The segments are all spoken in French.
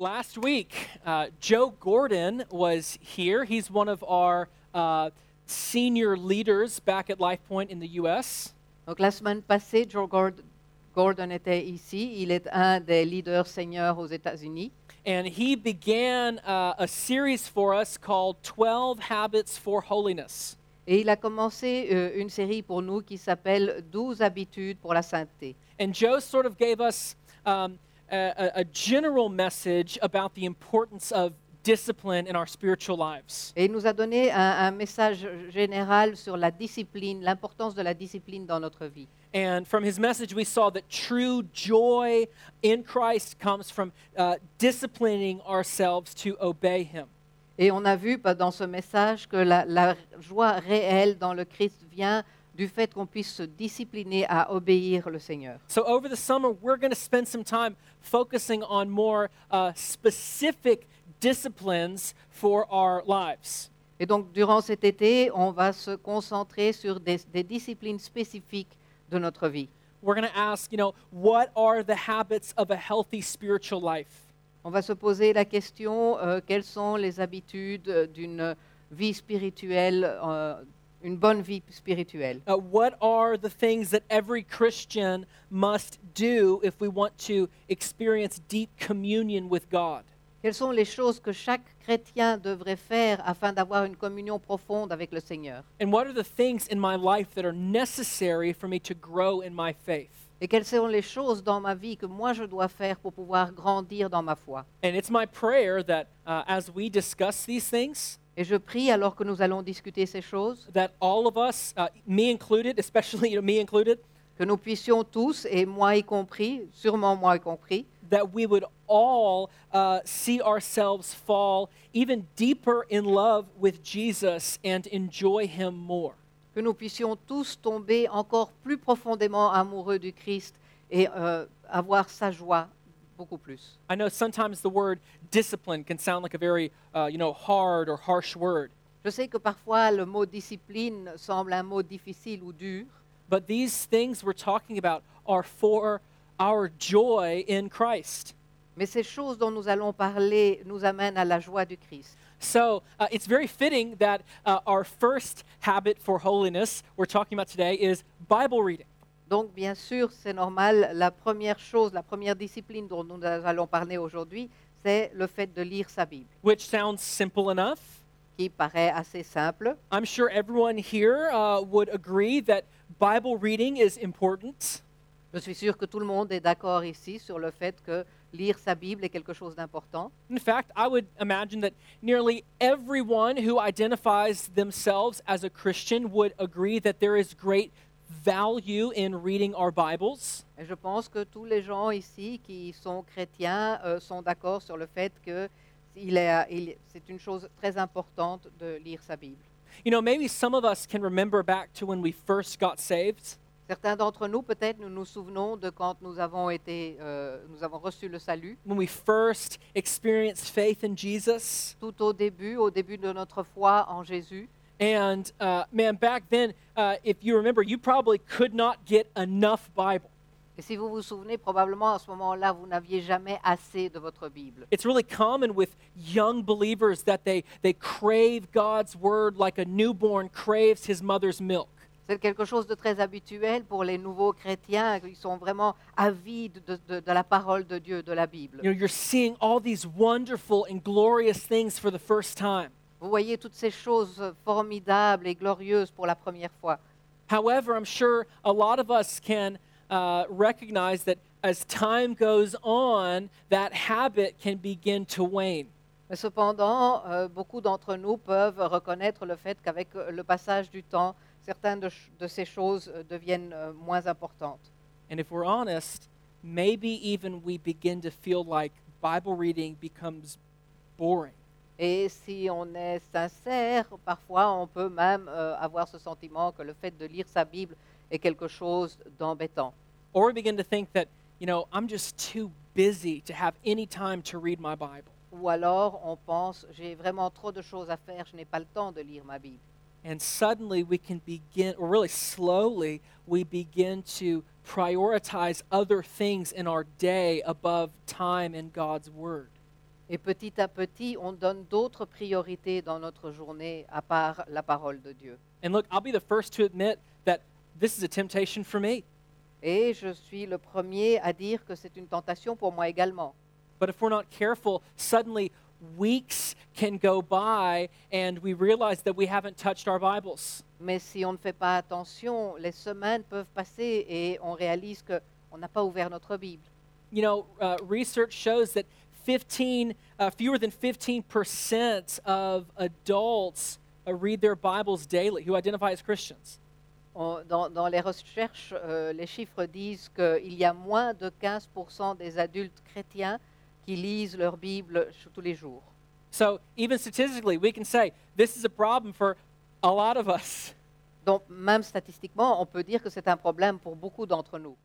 Last week, uh, Joe Gordon was here. He's one of our uh, senior leaders back at LifePoint in the U.S. Donc la semaine passée, Joe Gord- Gordon était ici. Il est un des leaders seniors aux États-Unis. And he began uh, a series for us called 12 Habits for Holiness. Et il a commencé euh, une série pour nous qui s'appelle 12 habitudes pour la sainteté. And Joe sort of gave us um, a, a- a general message about the importance of discipline in our spiritual lives. Et il nous a donné un, un message général sur la discipline, l'importance de la discipline dans notre vie. And from his message, we saw that true joy in Christ comes from uh, disciplining ourselves to obey him. Et on a vu bah, dans ce message que la, la joie réelle dans le Christ vient du fait qu'on puisse se discipliner à obéir le Seigneur. So, over the summer, we're going to spend some time focusing on more uh, specific disciplines for our lives. Et donc, durant cet été, on va se concentrer sur des, des disciplines spécifiques de notre vie. We're going to ask, you know, what are the habits of a healthy spiritual life? On va se poser la question euh, quelles sont les habitudes euh, d'une vie spirituelle, euh, une bonne vie spirituelle Uh, what are the things that every Christian must do if we want to experience deep communion with God? Quelles sont les choses que chaque chrétien devrait faire afin d'avoir une communion profonde avec le Seigneur And what are the things in my life that are necessary for me to grow in my faith? Et quelles sont les choses dans ma vie que moi je dois faire pour pouvoir grandir dans ma foi And it's my prayer that uh, as we discuss these things, Et je prie alors que nous allons discuter ces choses, that all of us, uh, me included, especially you know, me included, que nous puissions tous, et moi y compris, sûrement moi y compris, that we would all uh, see ourselves fall even deeper in love with Jesus and enjoy Him more. que nous puissions tous tomber encore plus profondément amoureux du Christ et euh, avoir sa joie beaucoup plus. I know sometimes the word discipline can sound like a very, uh, you know, hard or harsh word, Je sais que parfois le mot discipline semble un mot difficile ou dur, but these things we're talking about are for our joy in Christ. mais ces choses dont nous allons parler nous amènent à la joie du Christ. So uh, it's very fitting that uh, our first habit for holiness we're talking about today is Bible reading. Donc bien sûr, c'est normal, la première chose, la première discipline dont nous allons parler aujourd'hui, c'est le fait de lire sa Bible, which sounds simple enough. qui paraît assez simple. I'm sure everyone here uh, would agree that Bible reading is important. Je suis sûre que tout le monde est d'accord ici sur le fait que lire sa Bible est quelque chose d'important. In fact, I would imagine that nearly everyone who identifies themselves as a Christian would agree that there is great value in reading our Bibles. Et je pense que tous les gens ici qui sont chrétiens euh, sont d'accord sur le fait que il est- euh, il- c'est une chose très importante de lire sa Bible. You know, maybe some of us can remember back to when we first got saved. Certains d'entre nous, peut-être, nous nous souvenons de quand nous avons, été, euh, nous avons reçu le salut. when we first experienced faith in Jesus. tout au début, au début de notre foi en Jésus. And uh, man, back then, uh, if you remember, you probably could not get enough Bible. Et si vous vous souvenez, probablement à ce moment-là, vous n'aviez jamais assez de votre Bible. It's really common with young believers that they, they crave God's word like a newborn craves his mother's milk. C'est quelque chose de très habituel pour les nouveaux chrétiens. Ils sont vraiment avides de, de- de la parole de Dieu, de la Bible. You know, you're seeing all these wonderful and glorious things for the first time. Vous voyez toutes ces choses formidables et glorieuses pour la première fois. However, I'm sure a lot of us can uh, recognize that as time goes on, that habit can begin to wane. Mais cependant, euh, beaucoup d'entre nous peuvent reconnaître le fait qu'avec euh, le passage du temps, certaines de ch- de ces choses euh, deviennent euh, moins importantes. And if we're honest, maybe even we begin to feel like Bible reading becomes boring. Et si on est sincère, parfois on peut même euh, avoir ce sentiment que le fait de lire sa Bible est quelque chose d'embêtant. Or we begin to think that, you know, I'm just too busy to have any time to read my Bible. Ou alors on pense, j'ai vraiment trop de choses à faire, je n'ai pas le temps de lire ma Bible. And suddenly we can begin, or really slowly, we begin to prioritize other things in our day above time in God's Word. Et petit à petit, on donne d'autres priorités dans notre journée à part la parole de Dieu. And look, I'll be the first to admit that this is a temptation for me. Et je suis le premier à dire que c'est une tentation pour moi également. But if we're not careful, suddenly weeks can go by and we realize that we haven't touched our Bibles. Mais si on ne fait pas attention, les semaines peuvent passer et on réalise qu'on n'a pas ouvert notre Bible. You know, uh, research shows that 15, uh, fewer than 15% of adults uh, read their Bibles daily who identify as Christians. On- dans, dans les recherches, euh, les chiffres disent qu'il y a moins de 15% des adultes chrétiens qui lisent leur Bible ch- tous les jours. So, even statistically, we can say this is a problem for a lot of us. Donc même statistiquement, on peut dire que c'est un problème pour beaucoup d'entre nous.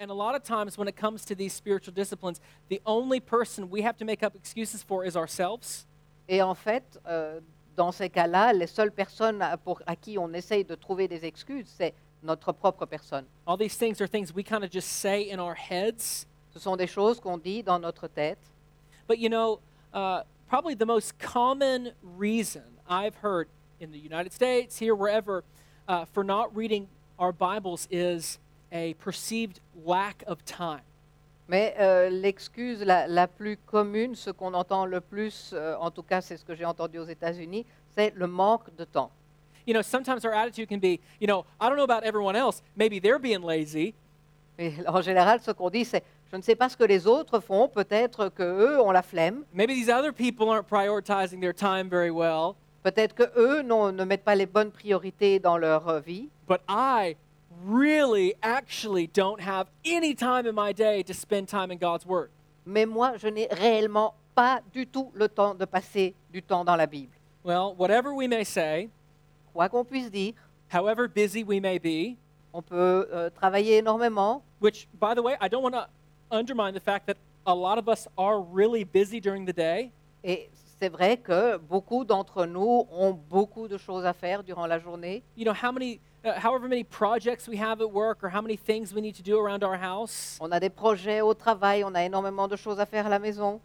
And a lot of times, when it comes to these spiritual disciplines, the only person we have to make up excuses for is ourselves. Et en fait, euh, dans ces cas-là, les seules personnes à, pour- à qui on essaye de trouver des excuses, c'est notre propre personne. All these things are things we kind of just say in our heads. Ce sont des choses qu'on dit dans notre tête. But you know, uh, probably the most common reason I've heard in the United States, here, wherever, uh, for not reading our Bibles is a perceived lack of time. Mais euh, l'excuse la, la plus commune, ce qu'on entend le plus, euh, en tout cas c'est ce que j'ai entendu aux États-Unis, c'est le manque de temps. You know, sometimes our attitude can be, you know, I don't know about everyone else. Maybe they're being lazy. Et en général, ce qu'on dit, c'est je ne sais pas ce que les autres font, peut-être qu'eux ont la flemme, Maybe these other people aren't prioritizing their time very well. peut-être qu'eux ne mettent pas les bonnes priorités dans leur euh, vie. But I really, actually don't have any time in my day to spend time in God's Word. Mais moi, je n'ai réellement pas du tout le temps de passer du temps dans la Bible. Well, whatever we may say, Quoi qu'on puisse dire, however busy we may be, on peut euh, travailler énormément. which, by the way, I don't want to undermine the fact that a lot of us are really busy during the day. Et c'est vrai que beaucoup d'entre nous ont beaucoup de choses à faire durant la journée. You know, how many, uh, however many projects we have at work or how many things we need to do around our house, On a des projets au travail, on a énormément de choses à faire à la maison.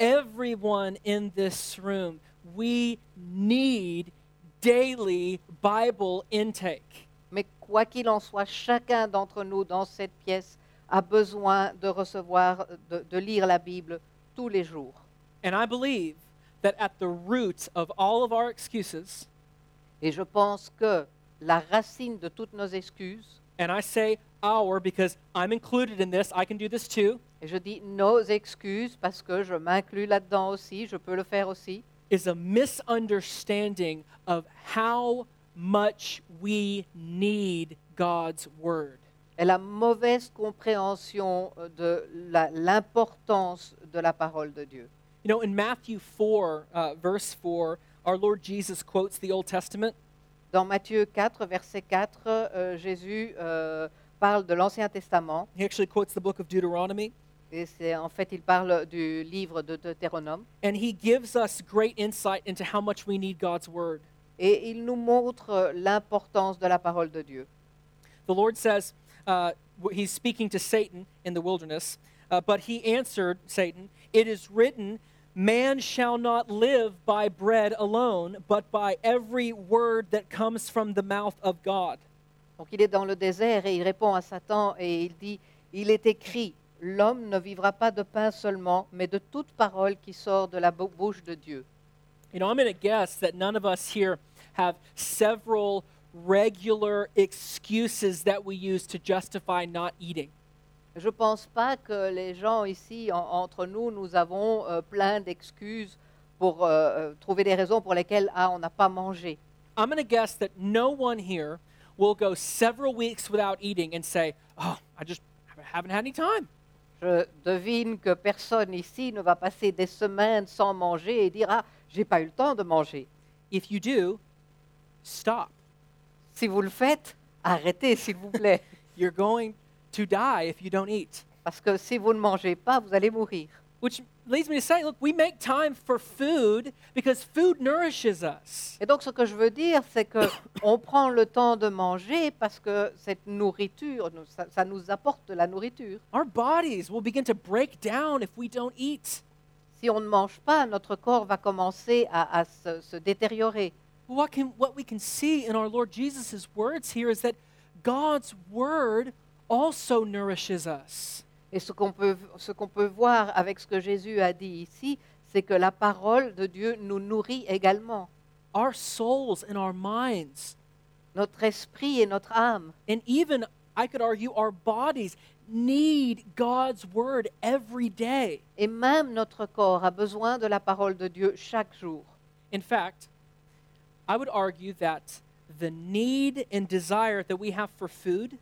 everyone in this room, we need daily Bible intake. Mais quoi qu'il en soit, chacun d'entre nous dans cette pièce a besoin de recevoir, de, de lire la Bible tous les jours. And I believe that at the root of all of our excuses, Et je pense que la racine de toutes nos excuses, and I say our because I'm included in this, I can do this too, et je dis nos excuses parce que je m'inclus là-dedans aussi, je peux le faire aussi, is a misunderstanding of how much we need God's word. est la mauvaise compréhension euh, de la- l'importance de la parole de Dieu. You know, in Matthew 4, uh, verse 4, our Lord Jesus quotes the Old Testament, Dans Matthieu 4, verset 4, euh, Jésus euh, parle de l'Ancien Testament. he actually quotes the book of Deuteronomy, Et c'est en fait, il parle du livre de Deutéronome. and he gives us great insight into how much we need God's word. Et il nous montre euh, l'importance de la parole de Dieu. The Lord says, uh, w- He's speaking to Satan in the wilderness, uh, but he answered Satan, It is written, Man shall not live by bread alone, but by every word that comes from the mouth of God. Donc il est dans le désert et il répond à Satan et il dit, il est écrit, l'homme ne vivra pas de pain seulement, mais de toute parole qui sort de la bou- bouche de Dieu. You know, I'm going to guess that none of us here have several regular excuses that we use to justify not eating. Je ne pense pas que les gens ici, en- entre nous, nous avons euh, plein d'excuses pour euh, euh, trouver des raisons pour lesquelles ah, on n'a pas mangé. I'm going to guess that no one here will go several weeks without eating and say, Oh, I just haven't had any time. Je devine que personne ici ne va passer des semaines sans manger et dire ah j'ai pas eu le temps de manger. If you do, stop. Si vous le faites, arrêtez s'il vous plaît, You're going to die if you don't eat. parce que si vous ne mangez pas, vous allez mourir. Which leads me to say, look, we make time for food because food nourishes us. Et donc ce que je veux dire, c'est que on prend le temps de manger parce que cette nourriture, nous- ça, ça nous apporte de la nourriture. Our bodies will begin to break down if we don't eat. Si on ne mange pas, notre corps va commencer à, à se, se détériorer. What, can, what we can see in our Lord Jesus' words here is that God's word also nourishes us. Et ce qu'on peut, ce qu'on peut voir avec ce que Jésus a dit ici, c'est que la parole de Dieu nous nourrit également, Our souls and our minds, notre esprit et notre âme. and even, I could argue, our bodies need God's word every day. Et même notre corps a besoin de la parole de Dieu chaque jour. In fact, I would argue that the need and desire that we have for food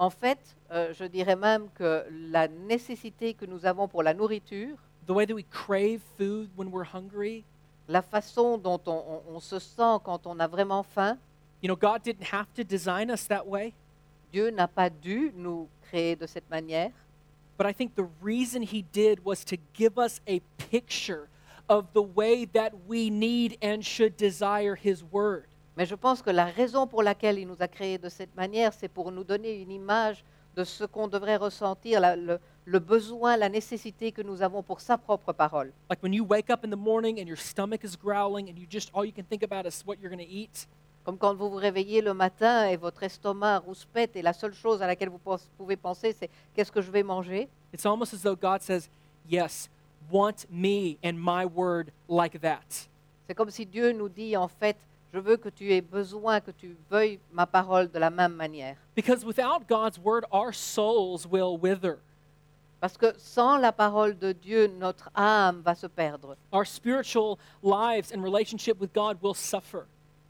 En fait, euh, je dirais même que la nécessité que nous avons pour la nourriture, the way that we crave food when we're hungry. la façon dont on, on- on se sent quand on a vraiment faim, You know, God didn't have to design us that way, Dieu n'a pas dû nous créer de cette manière. but I think the reason He did was to give us a picture of the way that we need and should desire His Word. Mais je pense que la raison pour laquelle il nous a créés de cette manière, c'est pour nous donner une image de ce qu'on devrait ressentir, la- le, le besoin, la nécessité que nous avons pour sa propre parole. Like when you wake up in the morning and your stomach is growling and you just all you can think about is what you're going to eat. Comme quand vous vous réveillez le matin et votre estomac rouspète et la seule chose à laquelle vous pense- pouvez penser, c'est qu'est-ce que je vais manger It's almost as though God says, "Yes, want me and my word like that." C'est comme si Dieu nous dit en fait, je veux que tu aies besoin, que tu veuilles ma parole de la même manière. Because without God's word, our souls will wither. Parce que sans la parole de Dieu, notre âme va se perdre. Our spiritual lives and relationship with God will suffer.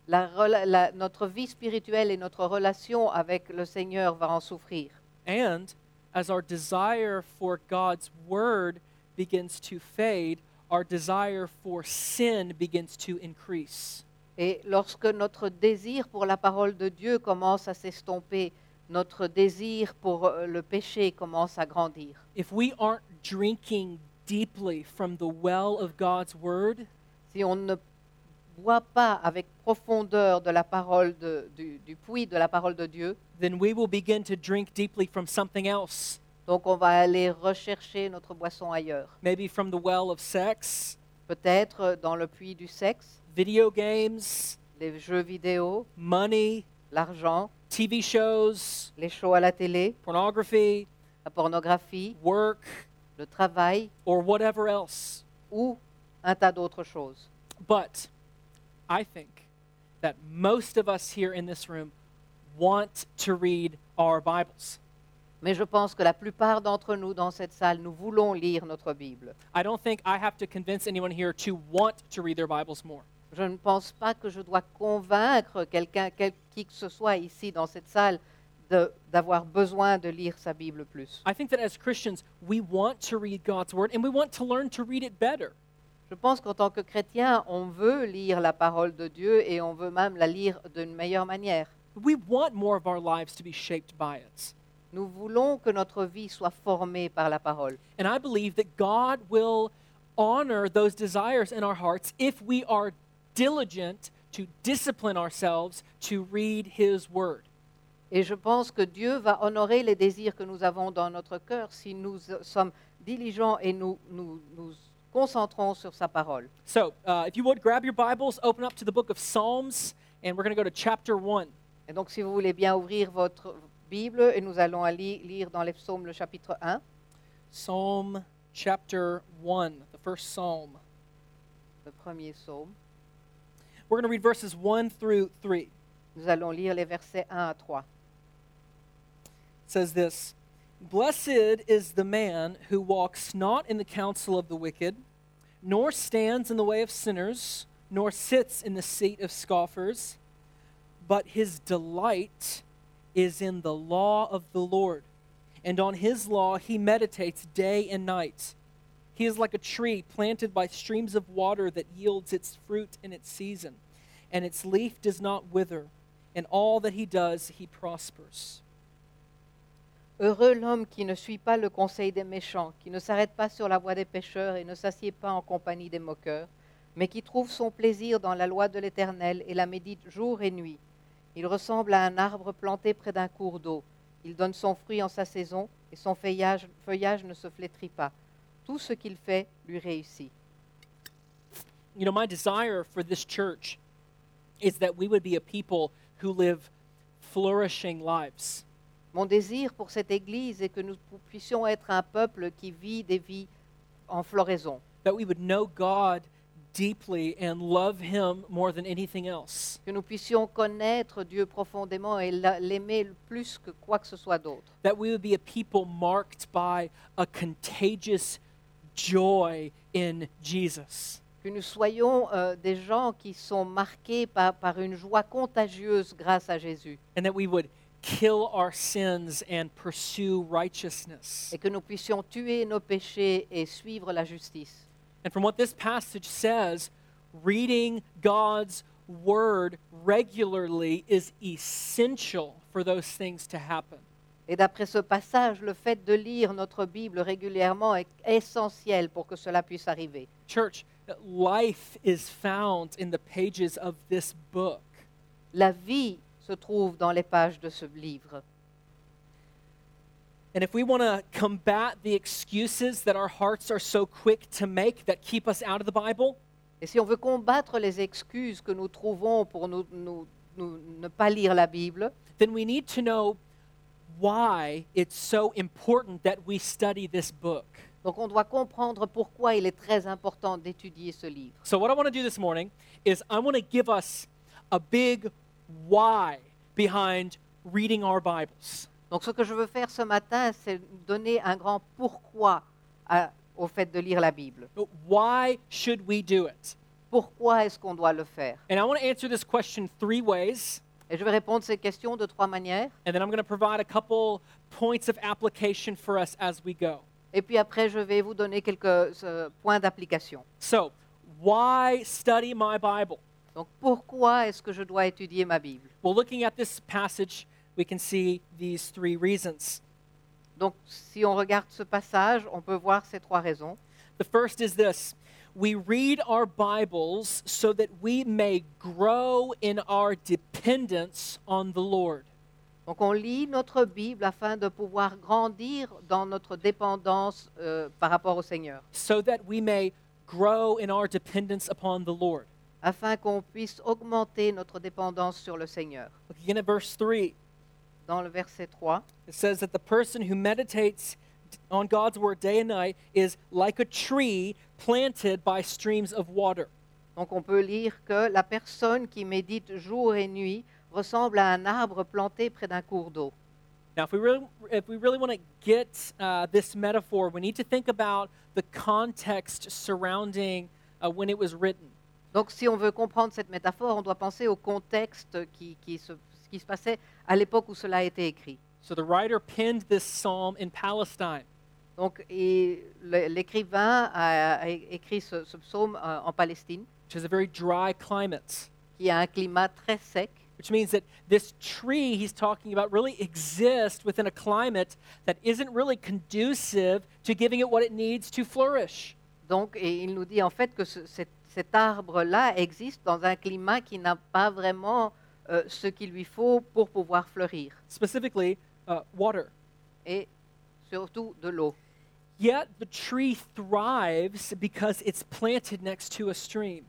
La rela- la- notre vie spirituelle et notre relation avec le Seigneur va en souffrir. And as our desire for God's word begins to fade, our desire for sin begins to increase. Et lorsque notre désir pour la parole de Dieu commence à s'estomper, notre désir pour euh, le péché commence à grandir. If we aren't drinking deeply from the well of God's word, Si on ne boit pas avec profondeur de la parole de- du, du puits de la parole de Dieu, then we will begin to drink deeply from something else. donc on va aller rechercher notre boisson ailleurs. Maybe from the well of sex, Peut-être euh, dans le puits du sexe, video games, les jeux vidéo, money, l'argent, TV shows, les shows à la télé, pornography, la pornographie, work, le travail or whatever else. ou un tas d'autres choses. But I think that most of us here in this room want to read our Bibles. Mais je pense que la plupart d'entre nous dans cette salle, nous voulons lire notre Bible. I don't think I have to convince anyone here to want to read their Bibles more. Je ne pense pas que je dois convaincre quelqu'un, quel- qui que ce soit ici dans cette salle, de- d'avoir besoin de lire sa Bible plus. I think that as Christians, we want to read God's Word and we want to learn to read it better. Je pense qu'en tant que chrétien, on veut lire la parole de Dieu et on veut même la lire d'une meilleure manière. We want more of our lives to be shaped by it. Nous voulons que notre vie soit formée par la parole. And I believe that God will honor those desires in our hearts if we are diligent to discipline ourselves to read His Word. Et je pense que Dieu va honorer les désirs que nous avons dans notre cœur si nous sommes diligents et nous nous, nous concentrons sur sa parole. So, uh, if you would, grab your Bibles, open up to the book of Psalms, and we're going to go to chapter 1. Et donc, si vous voulez bien ouvrir votre Bible, et nous allons aller lire dans les psaumes le chapitre 1, Psalm chapter 1, the first psalm. le premier psaume. We're going to read verses 1 through 3. Nous allons lire les versets 1 à 3. says this Blessed is the man who walks not in the counsel of the wicked, nor stands in the way of sinners, nor sits in the seat of scoffers, but his delight is in the law of the Lord, and on his law he meditates day and night. He is like a tree planted by streams of water that yields its fruit in its season, and its leaf does not wither. In all that he does, he prospers. Heureux l'homme qui ne suit pas le conseil des méchants, qui ne s'arrête pas sur la voie des pécheurs et ne s'assied pas en compagnie des moqueurs, mais qui trouve son plaisir dans la loi de l'Éternel et la médite jour et nuit. Il ressemble à un arbre planté près d'un cours d'eau. Il donne son fruit en sa saison et son feuillage, feuillage ne se flétrit pas. Tout ce qu'il fait lui réussit. you know, my desire for this church is that we would be a people who live flourishing lives. Mon désir pour cette Église est que nous pu- puissions être un peuple qui vit des vies en floraison, that we would know God deeply and love Him more than anything else. que nous puissions connaître Dieu profondément et la- l'aimer le plus que quoi que ce soit d'autre, That we would be a people marked by a contagious joy in Jesus. que nous soyons euh, des gens qui sont marqués par, par une joie contagieuse grâce à Jésus And that we would kill our sins and pursue righteousness. et que nous puissions tuer nos péchés et suivre la justice. And from what this passage says, reading God's word regularly is essential for those things to happen. Et d'après ce passage, le fait de lire notre Bible régulièrement est essentiel pour que cela puisse arriver. Church, life is found in the pages of this book. La vie se trouve dans les pages de ce livre. And if we want to combat the excuses that our hearts are so quick to make that keep us out of the Bible, Et si on veut combattre les excuses que nous trouvons pour nous- nous- nous- ne pas lire la Bible, then we need to know why it's so important that we study this book. donc on doit comprendre pourquoi il est très important d'étudier ce livre. So, what I want to do this morning is I want to give us a big why behind reading our Bibles. Donc ce que je veux faire ce matin, c'est donner un grand pourquoi à- au fait de lire la Bible. Why should we do it? Pourquoi est-ce qu'on doit le faire And I want to answer this question three ways. Et je vais répondre à ces questions de trois manières. And then I'm going to provide a couple points of application for us as we go. Et puis après, je vais vous donner quelques euh, points d'application. So, why study my Bible? Donc pourquoi est-ce que je dois étudier ma Bible Well, looking at this passage, we can see these three reasons. Donc si on regarde ce passage, on peut voir ces trois raisons. The first is this we read our Bibles so that we may grow in our dependence on the Lord. Donc on lit notre Bible afin de pouvoir grandir dans notre dépendance euh, par rapport au Seigneur, So that we may grow in our dependence upon the Lord. afin qu'on puisse augmenter notre dépendance sur le Seigneur. Look again at verse 3. Dans le verset 3, It says that the person who meditates on God's word day and night is like a tree planted by streams of water. donc on peut lire que la personne qui médite jour et nuit ressemble à un arbre planté près d'un cours d'eau. Now, if we really, if we really want to get uh, this metaphor, we need to think about the context surrounding uh, when it was written. Donc si on veut comprendre cette métaphore, on doit penser au contexte qui, qui se, ce qui se passait à l'époque où cela a été écrit. So the writer penned this psalm in Palestine. Donc et le- l'écrivain a, a écrit ce, ce psaume euh, en Palestine, which is a very dry climate, qui a un climat très sec. which means that this tree he's talking about really exists within a climate that isn't really conducive to giving it what it needs to flourish. Donc et il nous dit en fait que ce- cet, cet arbre-là existe dans un climat qui n'a pas vraiment euh, ce qu'il lui faut pour pouvoir fleurir, specifically uh, water. et surtout de l'eau. Yet the tree thrives because it's planted next to a stream.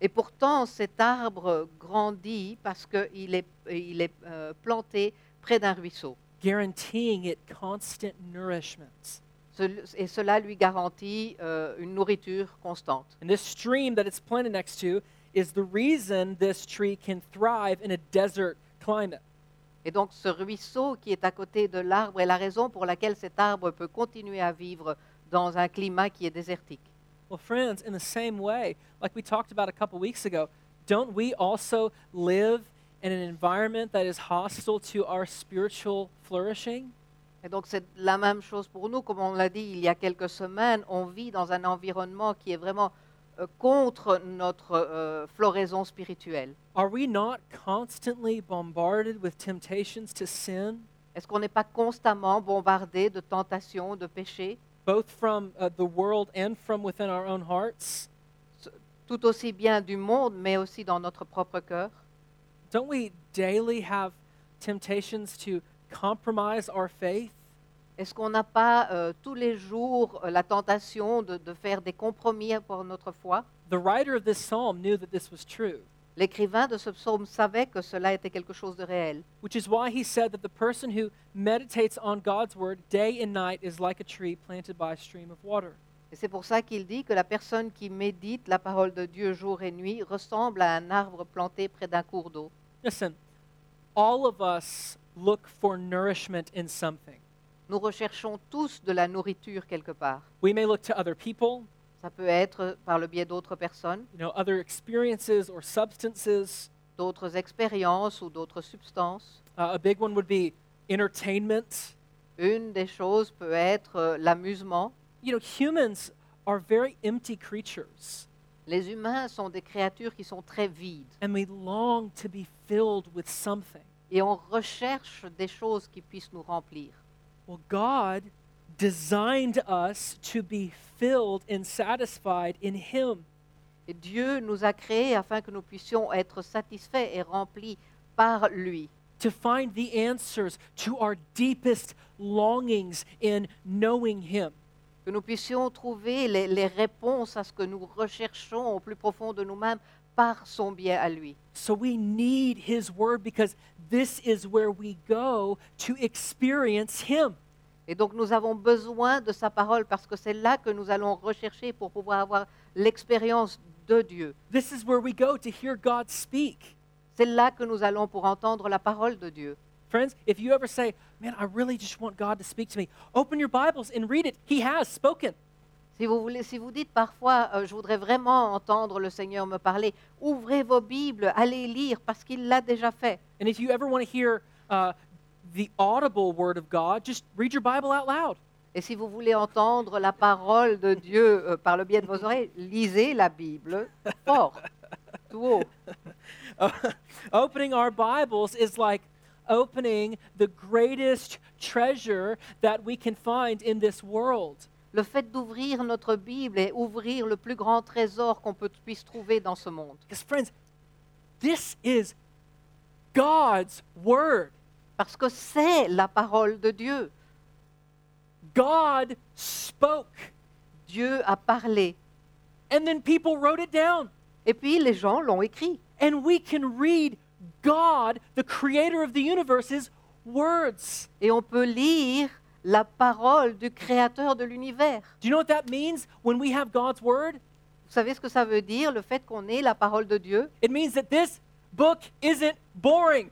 Et pourtant, cet arbre grandit parce qu'il est, il est euh, planté près d'un ruisseau. Guaranteeing it constant nourishment. Ce- Et cela lui garantit euh, une nourriture constante. And this stream that it's planted next to is the reason this tree can thrive in a desert climate. Et donc ce ruisseau qui est à côté de l'arbre est la raison pour laquelle cet arbre peut continuer à vivre dans un climat qui est désertique. Well, friends, in the same way, like we talked about a couple weeks ago, don't we also live in an environment that is hostile to our spiritual flourishing? Et donc c'est la même chose pour nous, comme on l'a dit il y a quelques semaines, on vit dans un environnement qui est vraiment euh, contre notre euh, floraison spirituelle. Are we not constantly bombarded with temptations to sin, Est-ce qu'on n'est pas constamment bombardé de tentations, de péchés, both from uh, the world and from within our own hearts? tout aussi bien du monde, mais aussi dans notre propre cœur Don't we daily have temptations to compromise our faith? Est-ce qu'on n'a pas euh, tous les jours euh, la tentation de, de faire des compromis pour notre foi The writer of this psalm knew that this was true, L'écrivain de ce psaume savait que cela était quelque chose de réel. which is why he said that the person who meditates on God's word day and night is like a tree planted by a stream of water. Et c'est pour ça qu'il dit que la personne qui médite la parole de Dieu jour et nuit ressemble à un arbre planté près d'un cours d'eau. Listen, all of us look for nourishment in something. Nous recherchons tous de la nourriture quelque part. We may look to other people, Ça peut être par le biais d'autres personnes, you know, other experiences or substances. d'autres expériences ou d'autres substances. Uh, a big one would be entertainment. Une des choses peut être euh, l'amusement. You know, humans are very empty creatures, Les humains sont des créatures qui sont très vides and we long to be filled with something. et on recherche des choses qui puissent nous remplir. Well, God designed us to be filled and satisfied in Him. Et Dieu nous a créés afin que nous puissions être satisfaits et remplis par lui. to find the answers to our deepest longings in knowing Him. que nous puissions trouver les, les réponses à ce que nous recherchons au plus profond de nous-mêmes par son bien à lui. So we need His Word because this is where we go to experience Him. Et donc nous avons besoin de sa parole parce que c'est là que nous allons rechercher pour pouvoir avoir l'expérience de Dieu. This is where we go to hear God speak. C'est là que nous allons pour entendre la parole de Dieu. Friends, if you ever say, Man, I really just want God to speak to me, open your Bibles and read it. He has spoken. Si vous, voulez, si vous dites parfois, euh, je voudrais vraiment entendre le Seigneur me parler, ouvrez vos Bibles, allez lire parce qu'il l'a déjà fait. And if you ever want to hear uh, the audible Word of God, just read your Bible out loud. Et si vous voulez entendre la parole de Dieu euh, par le biais de vos oreilles, lisez la Bible fort, tout haut. opening our Bibles is like opening the greatest treasure that we can find in this world. Le fait d'ouvrir notre Bible et ouvrir le plus grand trésor qu'on peut- puisse trouver dans ce monde. Because, friends, this is God's Word. Parce que c'est la parole de Dieu. God spoke, Dieu a parlé. and then people wrote it down. Et puis les gens l'ont écrit. And we can read God, the creator of the universe's words. Et on peut lire la parole du Créateur de l'univers. Do you know what that means when we have God's Word? Vous savez ce que ça veut dire, le fait qu'on ait la parole de Dieu It means that this book isn't boring.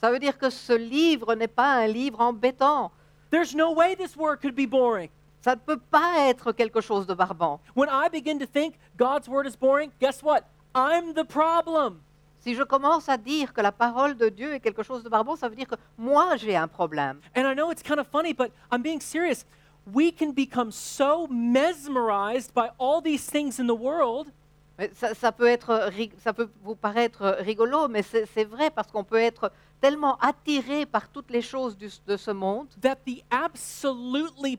Ça veut dire que ce livre n'est pas un livre embêtant. There's no way this word could be boring. Ça ne peut pas être quelque chose de barbant. When I begin to think God's word is boring, guess what? I'm the problem. Si je commence à dire que la parole de Dieu est quelque chose de barbant, ça veut dire que moi, j'ai un problème. And I know it's kind of funny, but I'm being serious. We can become so mesmerized by all these things in the world Mais ça, ça peut être, ri- ça peut vous paraître rigolo, mais c'est c'est vrai parce qu'on peut être tellement attiré par toutes les choses du- de ce monde that the absolutely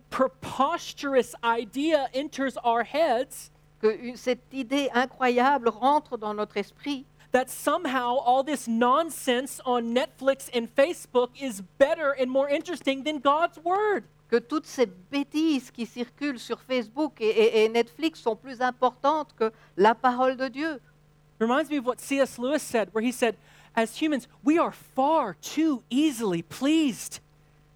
preposterous idea enters our heads que une- cette idée incroyable rentre dans notre esprit that somehow all this nonsense on Netflix and Facebook is better and more interesting than God's word. que toutes ces bêtises qui circulent sur Facebook et, et- et Netflix sont plus importantes que la parole de Dieu. Reminds me of what C.S. Lewis said, where he said, As humans, we are far too easily pleased.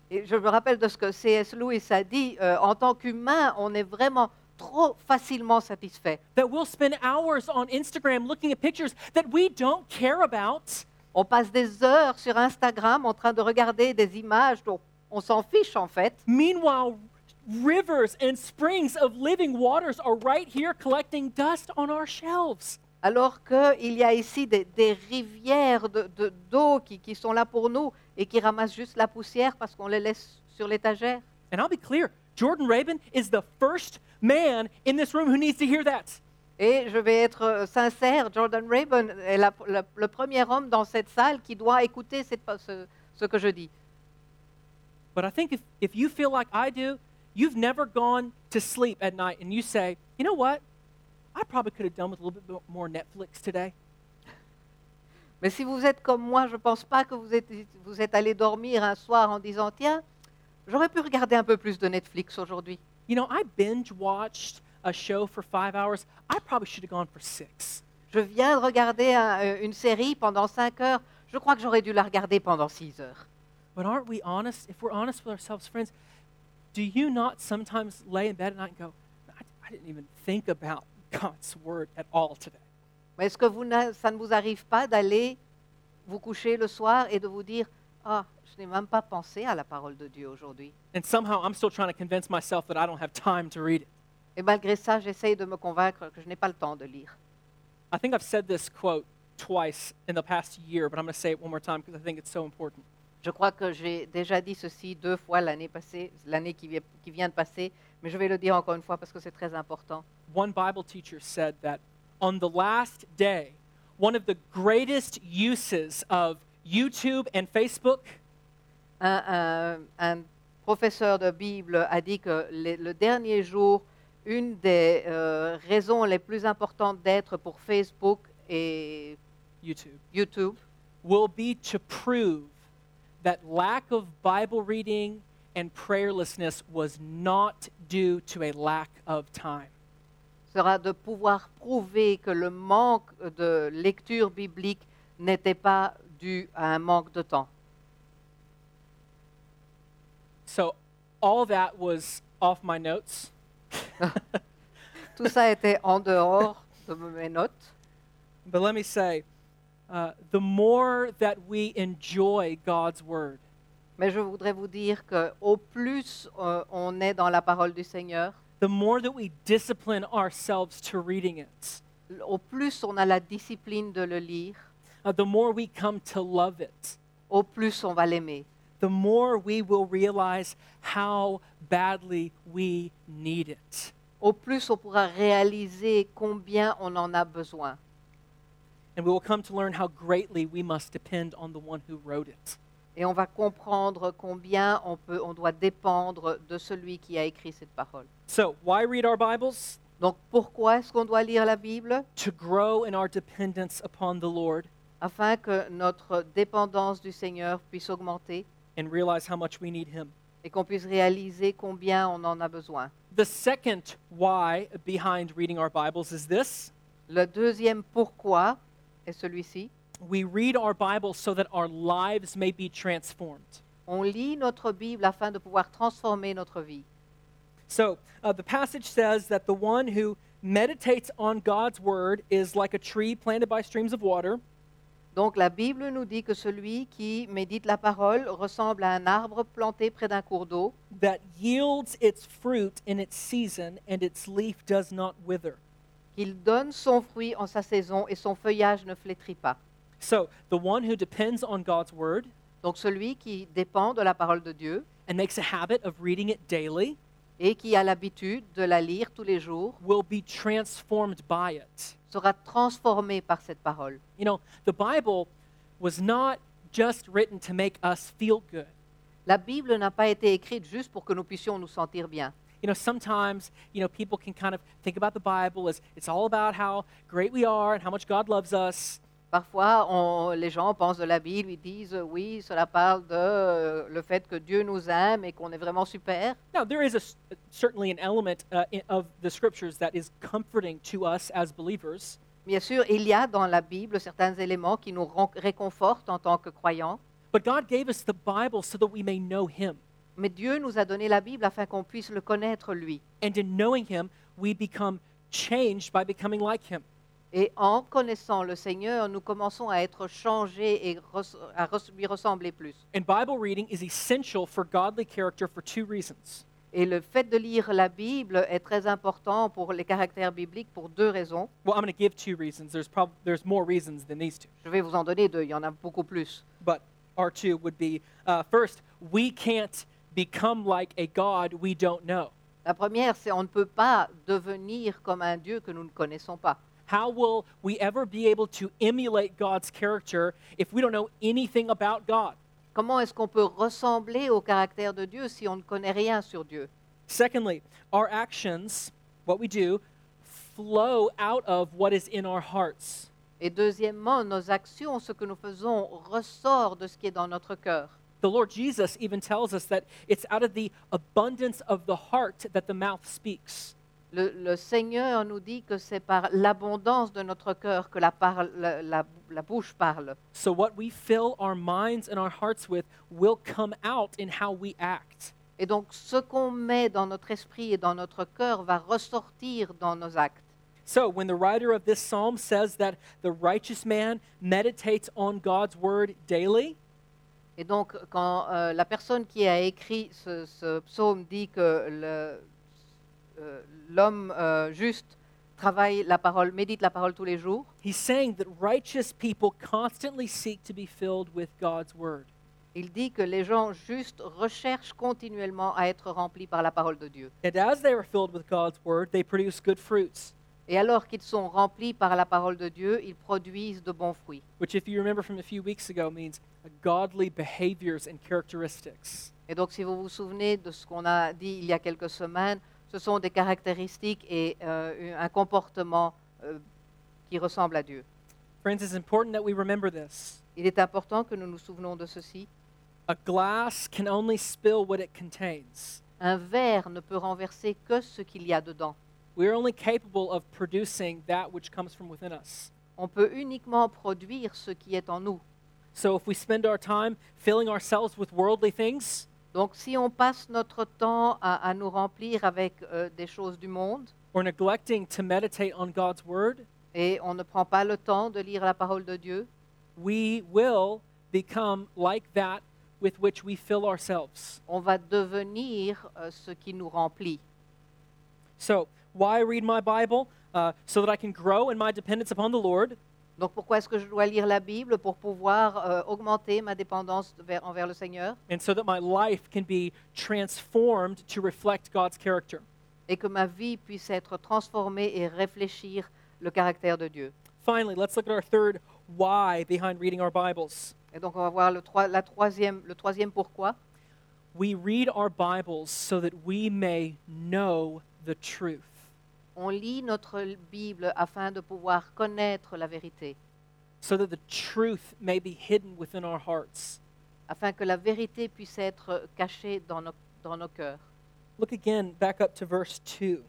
Et je me rappelle de ce que C.S. Lewis a dit, euh, en tant qu'humain, on est vraiment trop facilement satisfait. That we'll spend hours on Instagram looking at pictures that we don't care about. On passe des heures sur Instagram en train de regarder des images dont on s'en fiche en fait. Meanwhile, rivers and springs of living waters are right here collecting dust on our shelves. Alors qu'il y a ici des, des rivières d'eau de, d'eau qui, qui sont là pour nous et qui ramassent juste la poussière parce qu'on les laisse sur l'étagère. And I'll be clear Jordan Rabin is the first man in this room who needs to hear that. Et je vais être euh, sincère, Jordan Raven est la- la- le premier homme dans cette salle qui doit écouter cette- ce- ce que je dis. But I think if, if you feel like I do, you've never gone to sleep at night and you say, you know what? I probably could have done with a little bit mo- more Netflix today. Mais si vous êtes comme moi, je ne pense pas que vous êtes, vous êtes allé dormir un soir en disant Tiens, J'aurais pu regarder un peu plus de Netflix aujourd'hui. You know, I binge watched a show for five hours. I probably should have gone for six. Je viens de regarder un- euh, une série pendant 5 heures. Je crois que j'aurais dû la regarder pendant 6 heures. But aren't we honest? If we're honest with ourselves, friends, do you not sometimes lay in bed at night and go, I, I didn't even think about God's word at all today? Mais est-ce que vous n'a- ça ne vous arrive pas d'aller vous coucher le soir et de vous dire Ah, je n'ai même pas pensé à la parole de Dieu aujourd'hui And somehow I'm still trying to convince myself that I don't have time to read it. Et malgré ça, j'essaye de me convaincre que je n'ai pas le temps de lire. I think I've said this quote twice in the past year, but I'm going to say it one more time because I think it's so important. Je crois que j'ai déjà dit ceci deux fois l'année passée, l'année qui, vi- qui vient de passer, mais je vais le dire encore une fois parce que c'est très important. One Bible teacher said that on the last day, one of the greatest uses of YouTube and Facebook Un, un- un professeur de Bible a dit que les- le dernier jour, une des euh, raisons les plus importantes d'être pour Facebook et YouTube YouTube, will be to prove that lack of Bible reading and prayerlessness was not due to a lack of time. sera de pouvoir prouver que le manque de lecture biblique n'était pas dû à un manque de temps. So all that was off my notes. Tout ça était en dehors de mes notes. But let me say, uh, the more that we enjoy God's word, Mais je voudrais vous dire que au plus euh, on est dans la parole du Seigneur, the more that we discipline ourselves to reading it, au plus on a la discipline de le lire, uh, the more we come to love it, au plus on va l'aimer. the more we will realize how badly we need it. Au plus on pourra réaliser combien on en a besoin. And we will come to learn how greatly we must depend on the one who wrote it. Et on va comprendre combien on, peut, on doit dépendre de celui qui a écrit cette parole. So, why read our Bibles? Donc pourquoi est-ce qu'on doit lire la Bible To grow in our dependence upon the Lord Afin que notre dépendance du Seigneur puisse augmenter and realize how much we need Him. et qu'on puisse réaliser combien on en a besoin. The second why behind reading our Bibles is this Le deuxième pourquoi est celui-ci. we read our Bible so that our lives may be transformed. On lit notre Bible afin de pouvoir transformer notre vie. So, uh, the passage says that the one who meditates on God's word is like a tree planted by streams of water Donc la Bible nous dit que celui qui médite la parole ressemble à un arbre planté près d'un cours d'eau that yields its fruit in its season and its leaf does not wither. qu'il donne son fruit en sa saison et son feuillage ne flétrit pas. So, the one who depends on God's word Donc celui qui dépend de la parole de Dieu and makes a habit of reading it daily et qui a l'habitude de la lire tous les jours will be transformed by it. sera transformé par cette parole. You know, the Bible was not just written to make us feel good. La Bible n'a pas été écrite juste pour que nous puissions nous sentir bien. You know, sometimes, you know, people can kind of think about the Bible as it's all about how great we are and how much God loves us. Parfois, on- les gens pensent de la Bible, ils disent euh, oui, cela parle de euh, le fait que Dieu nous aime et qu'on est vraiment super. Now, there is a s uh, certainly an element uh, i of the scriptures that is comforting to us as believers, Bien sûr, il y a dans la Bible certains éléments qui nous ren- réconfortent en tant que croyants, but God gave us the Bible so that we may know Him. mais Dieu nous a donné la Bible afin qu'on puisse le connaître lui. And in knowing Him, we become changed by becoming like Him. Et en connaissant le Seigneur, nous commençons à être changés et res- à res- lui ressembler plus. And Bible reading is essential for godly character for two reasons. Et le fait de lire la Bible est très important pour les caractères bibliques pour deux raisons. Well, I'm going to give two reasons. There's, prob- there's more reasons than these two, Je vais vous en donner deux, il y en a beaucoup plus. but our two would be uh, first, we can't become like a God we don't know. La première, c'est on ne peut pas devenir comme un Dieu que nous ne connaissons pas. How will we ever be able to emulate God's character if we don't know anything about God? Comment est-ce qu'on peut ressembler au caractère de Dieu si on ne connaît rien sur Dieu Secondly, our actions, what we do, flow out of what is in our hearts. Et deuxièmement, nos actions, ce que nous faisons, ressort de ce qui est dans notre cœur. The Lord Jesus even tells us that it's out of the abundance of the heart that the mouth speaks. Le, le Seigneur nous dit que c'est par l'abondance de notre cœur que la, parle- la- la- la bouche parle. So, what we fill our minds and our hearts with will come out in how we act. Et donc ce qu'on met dans notre esprit et dans notre cœur va ressortir dans nos actes. So, when the writer of this psalm says that the righteous man meditates on God's word daily, Et donc quand euh, la personne qui a écrit ce, ce psaume dit que le- euh, l'homme euh, juste travaille la parole, médite la parole tous les jours, he's saying that righteous people constantly seek to be filled with God's word. il dit que les gens justes recherchent continuellement à être remplis par la parole de Dieu. And as they are filled with God's word, they produce good fruits, Et alors qu'ils sont remplis par la parole de Dieu, ils produisent de bons fruits. which, if you remember from a few weeks ago, means godly behaviors and characteristics. Et donc, si vous vous souvenez de ce qu'on a dit il y a quelques semaines, ce sont des caractéristiques et euh, un comportement euh, qui ressemble à Dieu. Friends, it's important that we remember this. Il est important que nous nous souvenons de ceci. A glass can only spill what it contains. Un verre ne peut renverser que ce qu'il y a dedans. We are only capable of producing that which comes from within us. On peut uniquement produire ce qui est en nous. So if we spend our time filling ourselves with worldly things, Donc, si on passe notre temps à, à nous remplir avec euh, des choses du monde or neglecting to meditate on God's word, et on ne prend pas le temps de lire la parole de Dieu, we will become like that with which we fill ourselves. on va devenir euh, ce qui nous remplit. So, why read my Bible? Uh, so that I can grow in my dependence upon the Lord, Donc pourquoi est-ce que je dois lire la Bible pour pouvoir euh, augmenter ma dépendance vers- envers le Seigneur and so that my life can be transformed to reflect God's character. et que ma vie puisse être transformée et réfléchir le caractère de Dieu. Finally, let's look at our third why behind reading our Bibles. Et donc on va voir le, troi- la troisième, le troisième pourquoi. We read our Bibles so that we may know the truth. On lit notre Bible afin de pouvoir connaître la vérité, so that the truth may be hidden within our hearts. afin que la vérité puisse être cachée dans nos, dans nos cœurs. Look again back up to verse 2.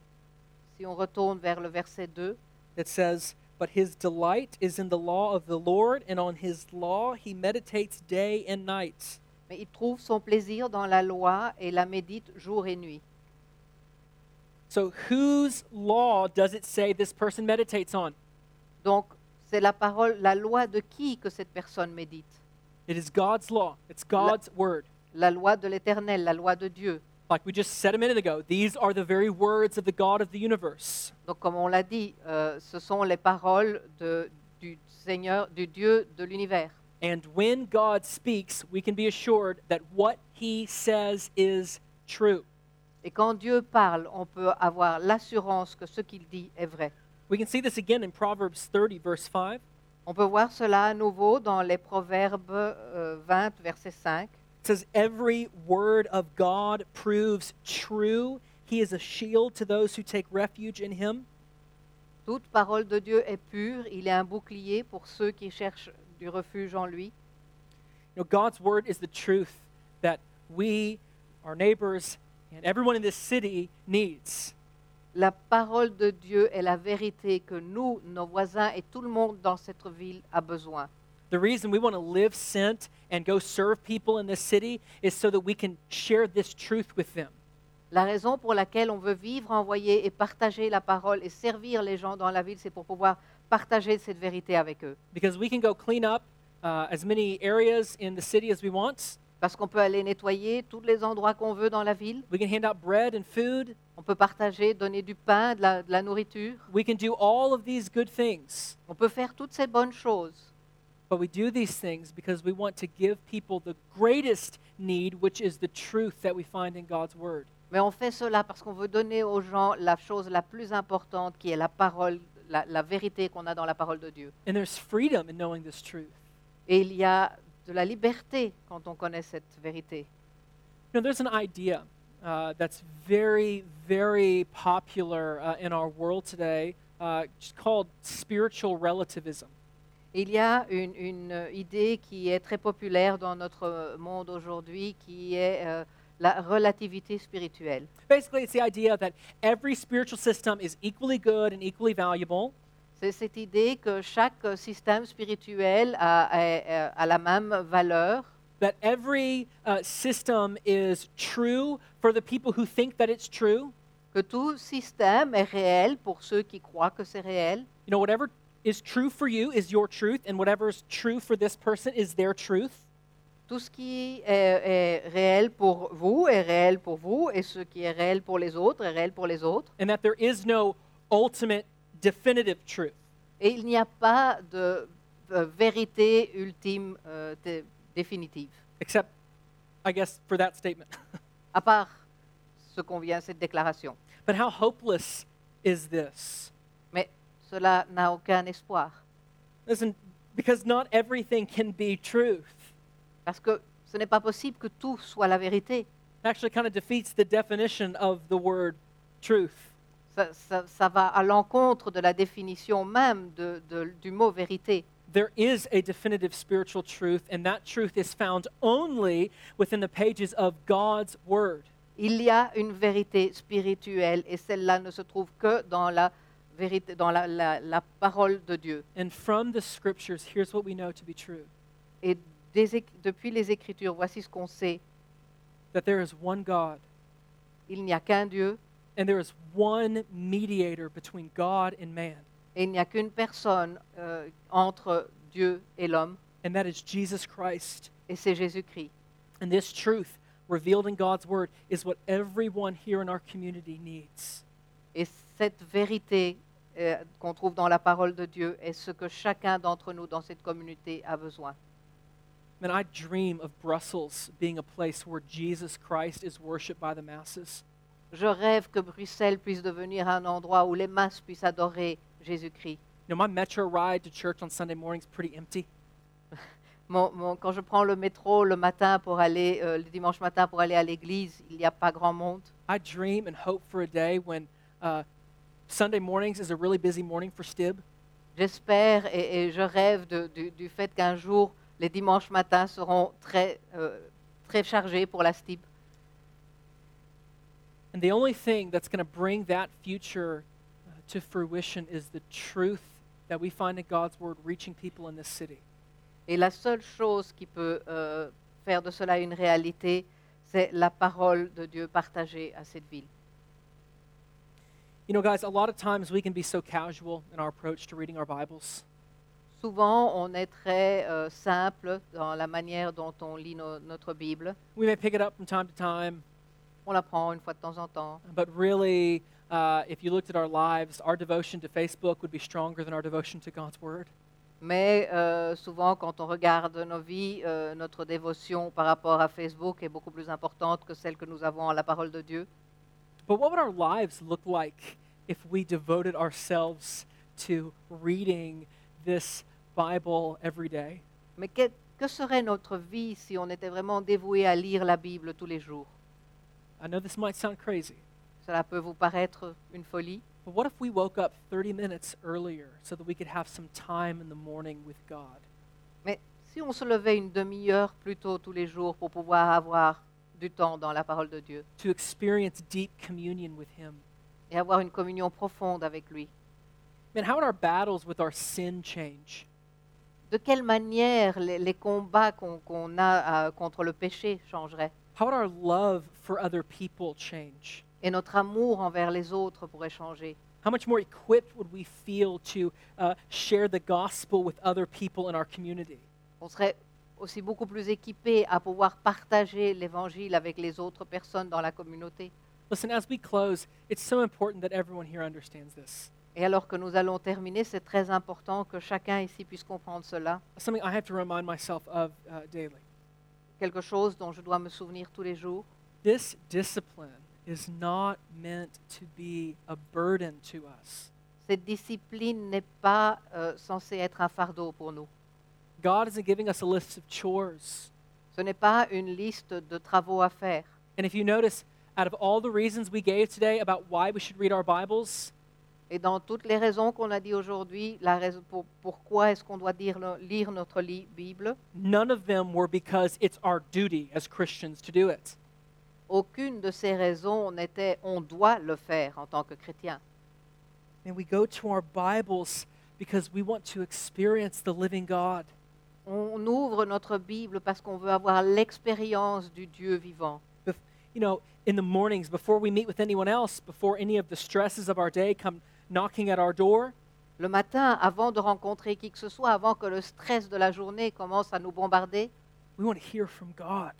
Si on retourne vers le verset 2, It says, But his delight is in the law of the Lord, and on his law he meditates day and night. mais il trouve son plaisir dans la loi et la médite jour et nuit. So, whose law does it say this person meditates on? Donc, c'est la parole, la loi de qui que cette personne médite It is God's law, it's God's word. La loi de l'Éternel, la loi de Dieu. Like we just said a minute ago, these are the very words of the God of the universe. Donc, comme on l'a dit, euh, ce sont les paroles de- du Seigneur, du Dieu de l'univers. And when God speaks, we can be assured that what he says is true. Et quand Dieu parle, on peut avoir l'assurance que ce qu'il dit est vrai. We can see this again in Proverbs 30, verse 5. On peut voir cela à nouveau dans les Proverbes euh, 20, verset 5. It says, Every word of God proves true. He is a shield to those who take refuge in him. Toute parole de Dieu est pure, il est un bouclier pour ceux qui cherchent du refuge en lui. You know, God's word is the truth that we, our neighbors, and everyone in this city needs. La parole de Dieu est la vérité que nous, nos voisins et tout le monde dans cette ville a besoin. The reason we want to live sent and go serve people in this city is so that we can share this truth with them. La raison pour laquelle on veut vivre envoyé et partager la parole et servir les gens dans la ville, c'est pour pouvoir partager cette vérité avec eux. Because we can go clean up uh, as many areas in the city as we want. Parce qu'on peut aller nettoyer tous les endroits qu'on veut dans la ville, We can hand out bread and food. on peut partager, donner du pain, de la, de la nourriture, We can do all of these good things. on peut faire toutes ces bonnes choses. But we do these things because we want to give people the greatest need, which is the truth that we find in God's Word. Mais on fait cela parce qu'on veut donner aux gens la chose la plus importante qui est la parole, la- la vérité qu'on a dans la parole de Dieu. And there's freedom in knowing this truth. Et il y a de la liberté quand on connaît cette vérité. You know, there's an idea uh, that's very, very popular uh, in our world today. Uh, it's called spiritual relativism. Il y a une, une idée qui est très populaire dans notre monde aujourd'hui, qui est euh, la relativité spirituelle. Basically, it's the idea that every spiritual system is equally good and equally valuable, C'est cette idée que chaque euh, système spirituel a, a- a- a la même valeur, that every uh, system is true for the people who think that it's true. que tout système est réel pour ceux qui croient que c'est réel, You know, whatever is true for you is your truth, and whatever is true for this person is their truth. tout ce qui est, est réel pour vous est réel pour vous, et ce qui est réel pour les autres est réel pour les autres. and that there is no ultimate definitive truth. Et il n'y a pas de euh, vérité ultime euh, dé- définitive, Except, I guess, for that statement. à part ce qu'on vient cette déclaration. but how hopeless is this? Mais cela n'a aucun espoir, Listen, because not everything can be truth. parce que ce n'est pas possible que tout soit la vérité. It actually kind of defeats the definition of the word truth. Ça, ça- ça va à l'encontre de la définition même de- de- du mot vérité. There is a definitive spiritual truth, and that truth is found only within the pages of God's Word. Il y a une vérité spirituelle et celle-là ne se trouve que dans la vérité, dans la, la- la parole de Dieu. And from the scriptures, here's what we know to be true Et des éc- depuis les Écritures, voici ce qu'on sait that there is one God, il n'y a qu'un Dieu and there is one mediator between God and man, et il n'y a qu'une personne euh, entre Dieu et l'homme, and that is Jesus Christ. et c'est Jésus-Christ. And this truth revealed in God's word is what everyone here in our community needs. Et cette vérité euh, qu'on trouve dans la parole de Dieu est ce que chacun d'entre nous dans cette communauté a besoin. Man, I dream of Brussels being a place where Jesus Christ is worshiped by the masses. Je rêve que Bruxelles puisse devenir un endroit où les masses puissent adorer Jésus-Christ. You know, my metro ride to church on Sunday mornings pretty empty. Mon- mon- quand je prends le métro le matin pour aller, euh, le dimanche matin pour aller à l'église, il n'y a pas grand monde. I dream and hope for a day when uh, Sunday mornings is a really busy morning for Stib, J'espère et, et je rêve de- du, du fait qu'un jour, les dimanches matins seront très, euh, très chargés pour la STIB. And the only thing that's going to bring that future uh, to fruition is the truth that we find in God's Word reaching people in this city. Et la seule chose qui peut euh, faire de cela une réalité, c'est la parole de Dieu partagée à cette ville. You know, guys, a lot of times we can be so casual in our approach to reading our Bibles. Souvent, on est très euh, simple dans la manière dont on lit no- notre Bible. We may pick it up from time to time, On la prend une fois de temps en temps. but really, uh, if you looked at our lives, our devotion to Facebook would be stronger than our devotion to God's Word. Mais euh, souvent, quand on regarde nos vies, euh, notre dévotion par rapport à Facebook est beaucoup plus importante que celle que nous avons à la parole de Dieu. But what would our lives look like if we devoted ourselves to reading this Bible every day? Mais que, que serait notre vie si on était vraiment dévoué à lire la Bible tous les jours I know this might sound crazy, Cela peut vous paraître une folie, But what if we woke up 30 minutes earlier so that we could have some time in the morning with God? mais si on se levait une demi-heure plus tôt tous les jours pour pouvoir avoir du temps dans la parole de Dieu To experience deep communion with Him. et avoir une communion profonde avec lui, Man, how would our battles with our sin change? de quelle manière les, les combats qu'on qu'on a euh, contre le péché changeraient How would our love for other people change? et notre amour envers les autres pourrait changer How much more equipped would we feel to uh, share the gospel with other people in our community? On serait aussi beaucoup plus équipé à pouvoir partager l'évangile avec les autres personnes dans la communauté. Listen, as we close, it's so important that everyone here understands this. Et alors que nous allons terminer, c'est très important que chacun ici puisse comprendre cela, Something I have to remind myself of uh, daily. quelque chose dont je dois me souvenir tous les jours. This discipline is not meant to be a burden to us. Cette discipline n'est pas euh, censée être un fardeau pour nous. God isn't giving us a list of chores. Ce n'est pas une liste de travaux à faire. And if you notice, out of all the reasons we gave today about why we should read our Bibles, Et dans toutes les raisons qu'on a dit aujourd'hui, la raison pour- pourquoi est-ce qu'on doit dire le- lire notre li- Bible, none of them were because it's our duty as Christians to do it. aucune de ces raisons n'était on doit le faire en tant que chrétien. And we go to our Bibles because we want to experience the living God. On ouvre notre Bible parce qu'on veut avoir l'expérience du Dieu vivant. Bef- You know, in the mornings, before we meet with anyone else, before any of the stresses of our day come knocking at our door, Le matin, avant de rencontrer qui que ce soit, avant que le stress de la journée commence à nous bombarder, we want to hear from God.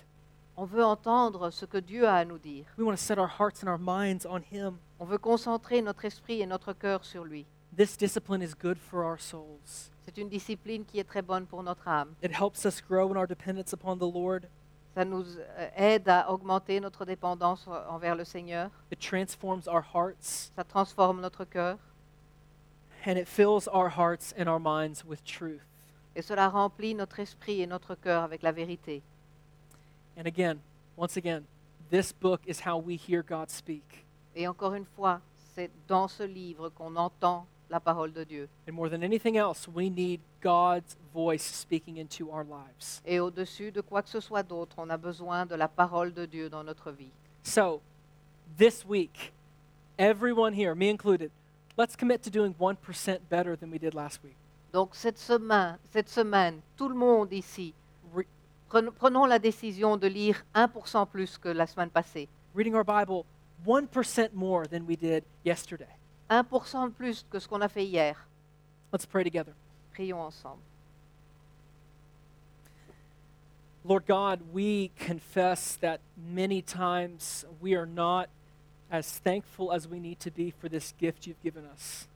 on veut entendre ce que Dieu a à nous dire. We want to set our hearts and our minds on Him. On veut concentrer notre esprit et notre cœur sur lui. This discipline is good for our souls. C'est une discipline qui est très bonne pour notre âme. It helps us grow in our dependence upon the Lord. Ça nous euh, aide à augmenter notre dépendance euh, envers le Seigneur. It transforms our hearts Ça transforme notre cœur. and it fills our hearts and our minds with truth. Et cela remplit notre esprit et notre cœur avec la vérité. And again, once again, this book is how we hear God speak. Et encore une fois, c'est dans ce livre qu'on entend la parole de Dieu. And more than anything else, we need God's voice speaking into our lives. Et au-dessus de quoi que ce soit d'autre, on a besoin de la parole de Dieu dans notre vie. So, this week, everyone here, me included, let's commit to doing 1% better than we did last week. Donc cette semaine, cette semaine tout le monde ici, Re- pren- prenons la décision de lire 1% plus que la semaine passée. reading our Bible 1% more than we did yesterday. 1% de plus que ce qu'on a fait hier. Let's pray together. Prions ensemble. Lord God, we confess that many times we are not as thankful as we need to be for this gift you've given us.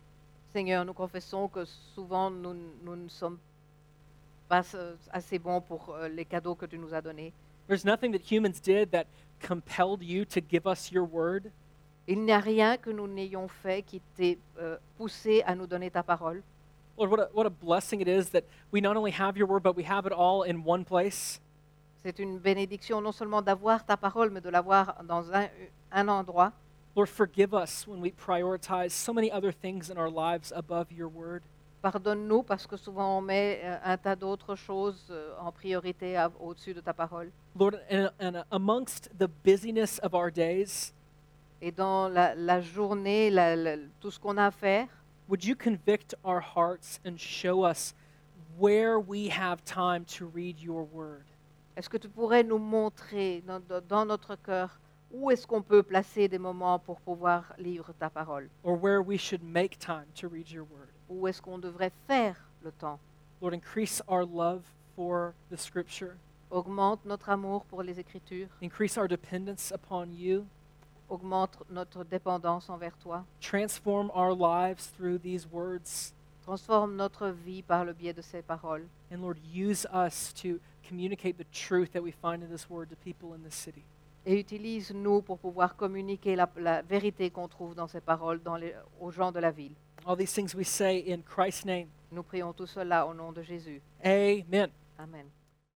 Seigneur, nous confessons que souvent nous, n- nous ne sommes pas euh, assez bons pour euh, les cadeaux que tu nous as donnés. There's nothing that humans did that compelled you to give us your word. Il n'y a rien que nous n'ayons fait qui t'ait euh, poussé à nous donner ta parole. Lord, what a, what a blessing it is that we not only have your word, but we have it all in one place. C'est une bénédiction non seulement d'avoir ta parole, mais de l'avoir dans un, un endroit. Lord, forgive us when we prioritize so many other things in our lives above your word. Pardonne-nous parce que souvent on met euh, un tas d'autres choses euh, en priorité à- au-dessus de ta parole. Lord, and, and amongst the busyness of our days, Et dans la, la journée, la- la- tout ce qu'on a à faire, would you convict our hearts and show us where we have time to read your word? est-ce que tu pourrais nous montrer dans, dans- dans notre cœur où est-ce qu'on peut placer des moments pour pouvoir lire ta parole Or where we should make time to read your word? Où est-ce qu'on devrait faire le temps Lord, increase our love for the scripture, Augmente notre amour pour les Écritures, increase our dependence upon you, augmente notre dépendance envers toi, transform our lives through these words. transforme notre vie par le biais de ces paroles. And Lord, use us to communicate the truth that we find in this word to people in this city. Et utilise-nous pour pouvoir communiquer la, la vérité qu'on trouve dans ces paroles dans les- aux gens de la ville. All these things we say in Christ's name. Nous prions tout cela au nom de Jésus. Amen. Amen.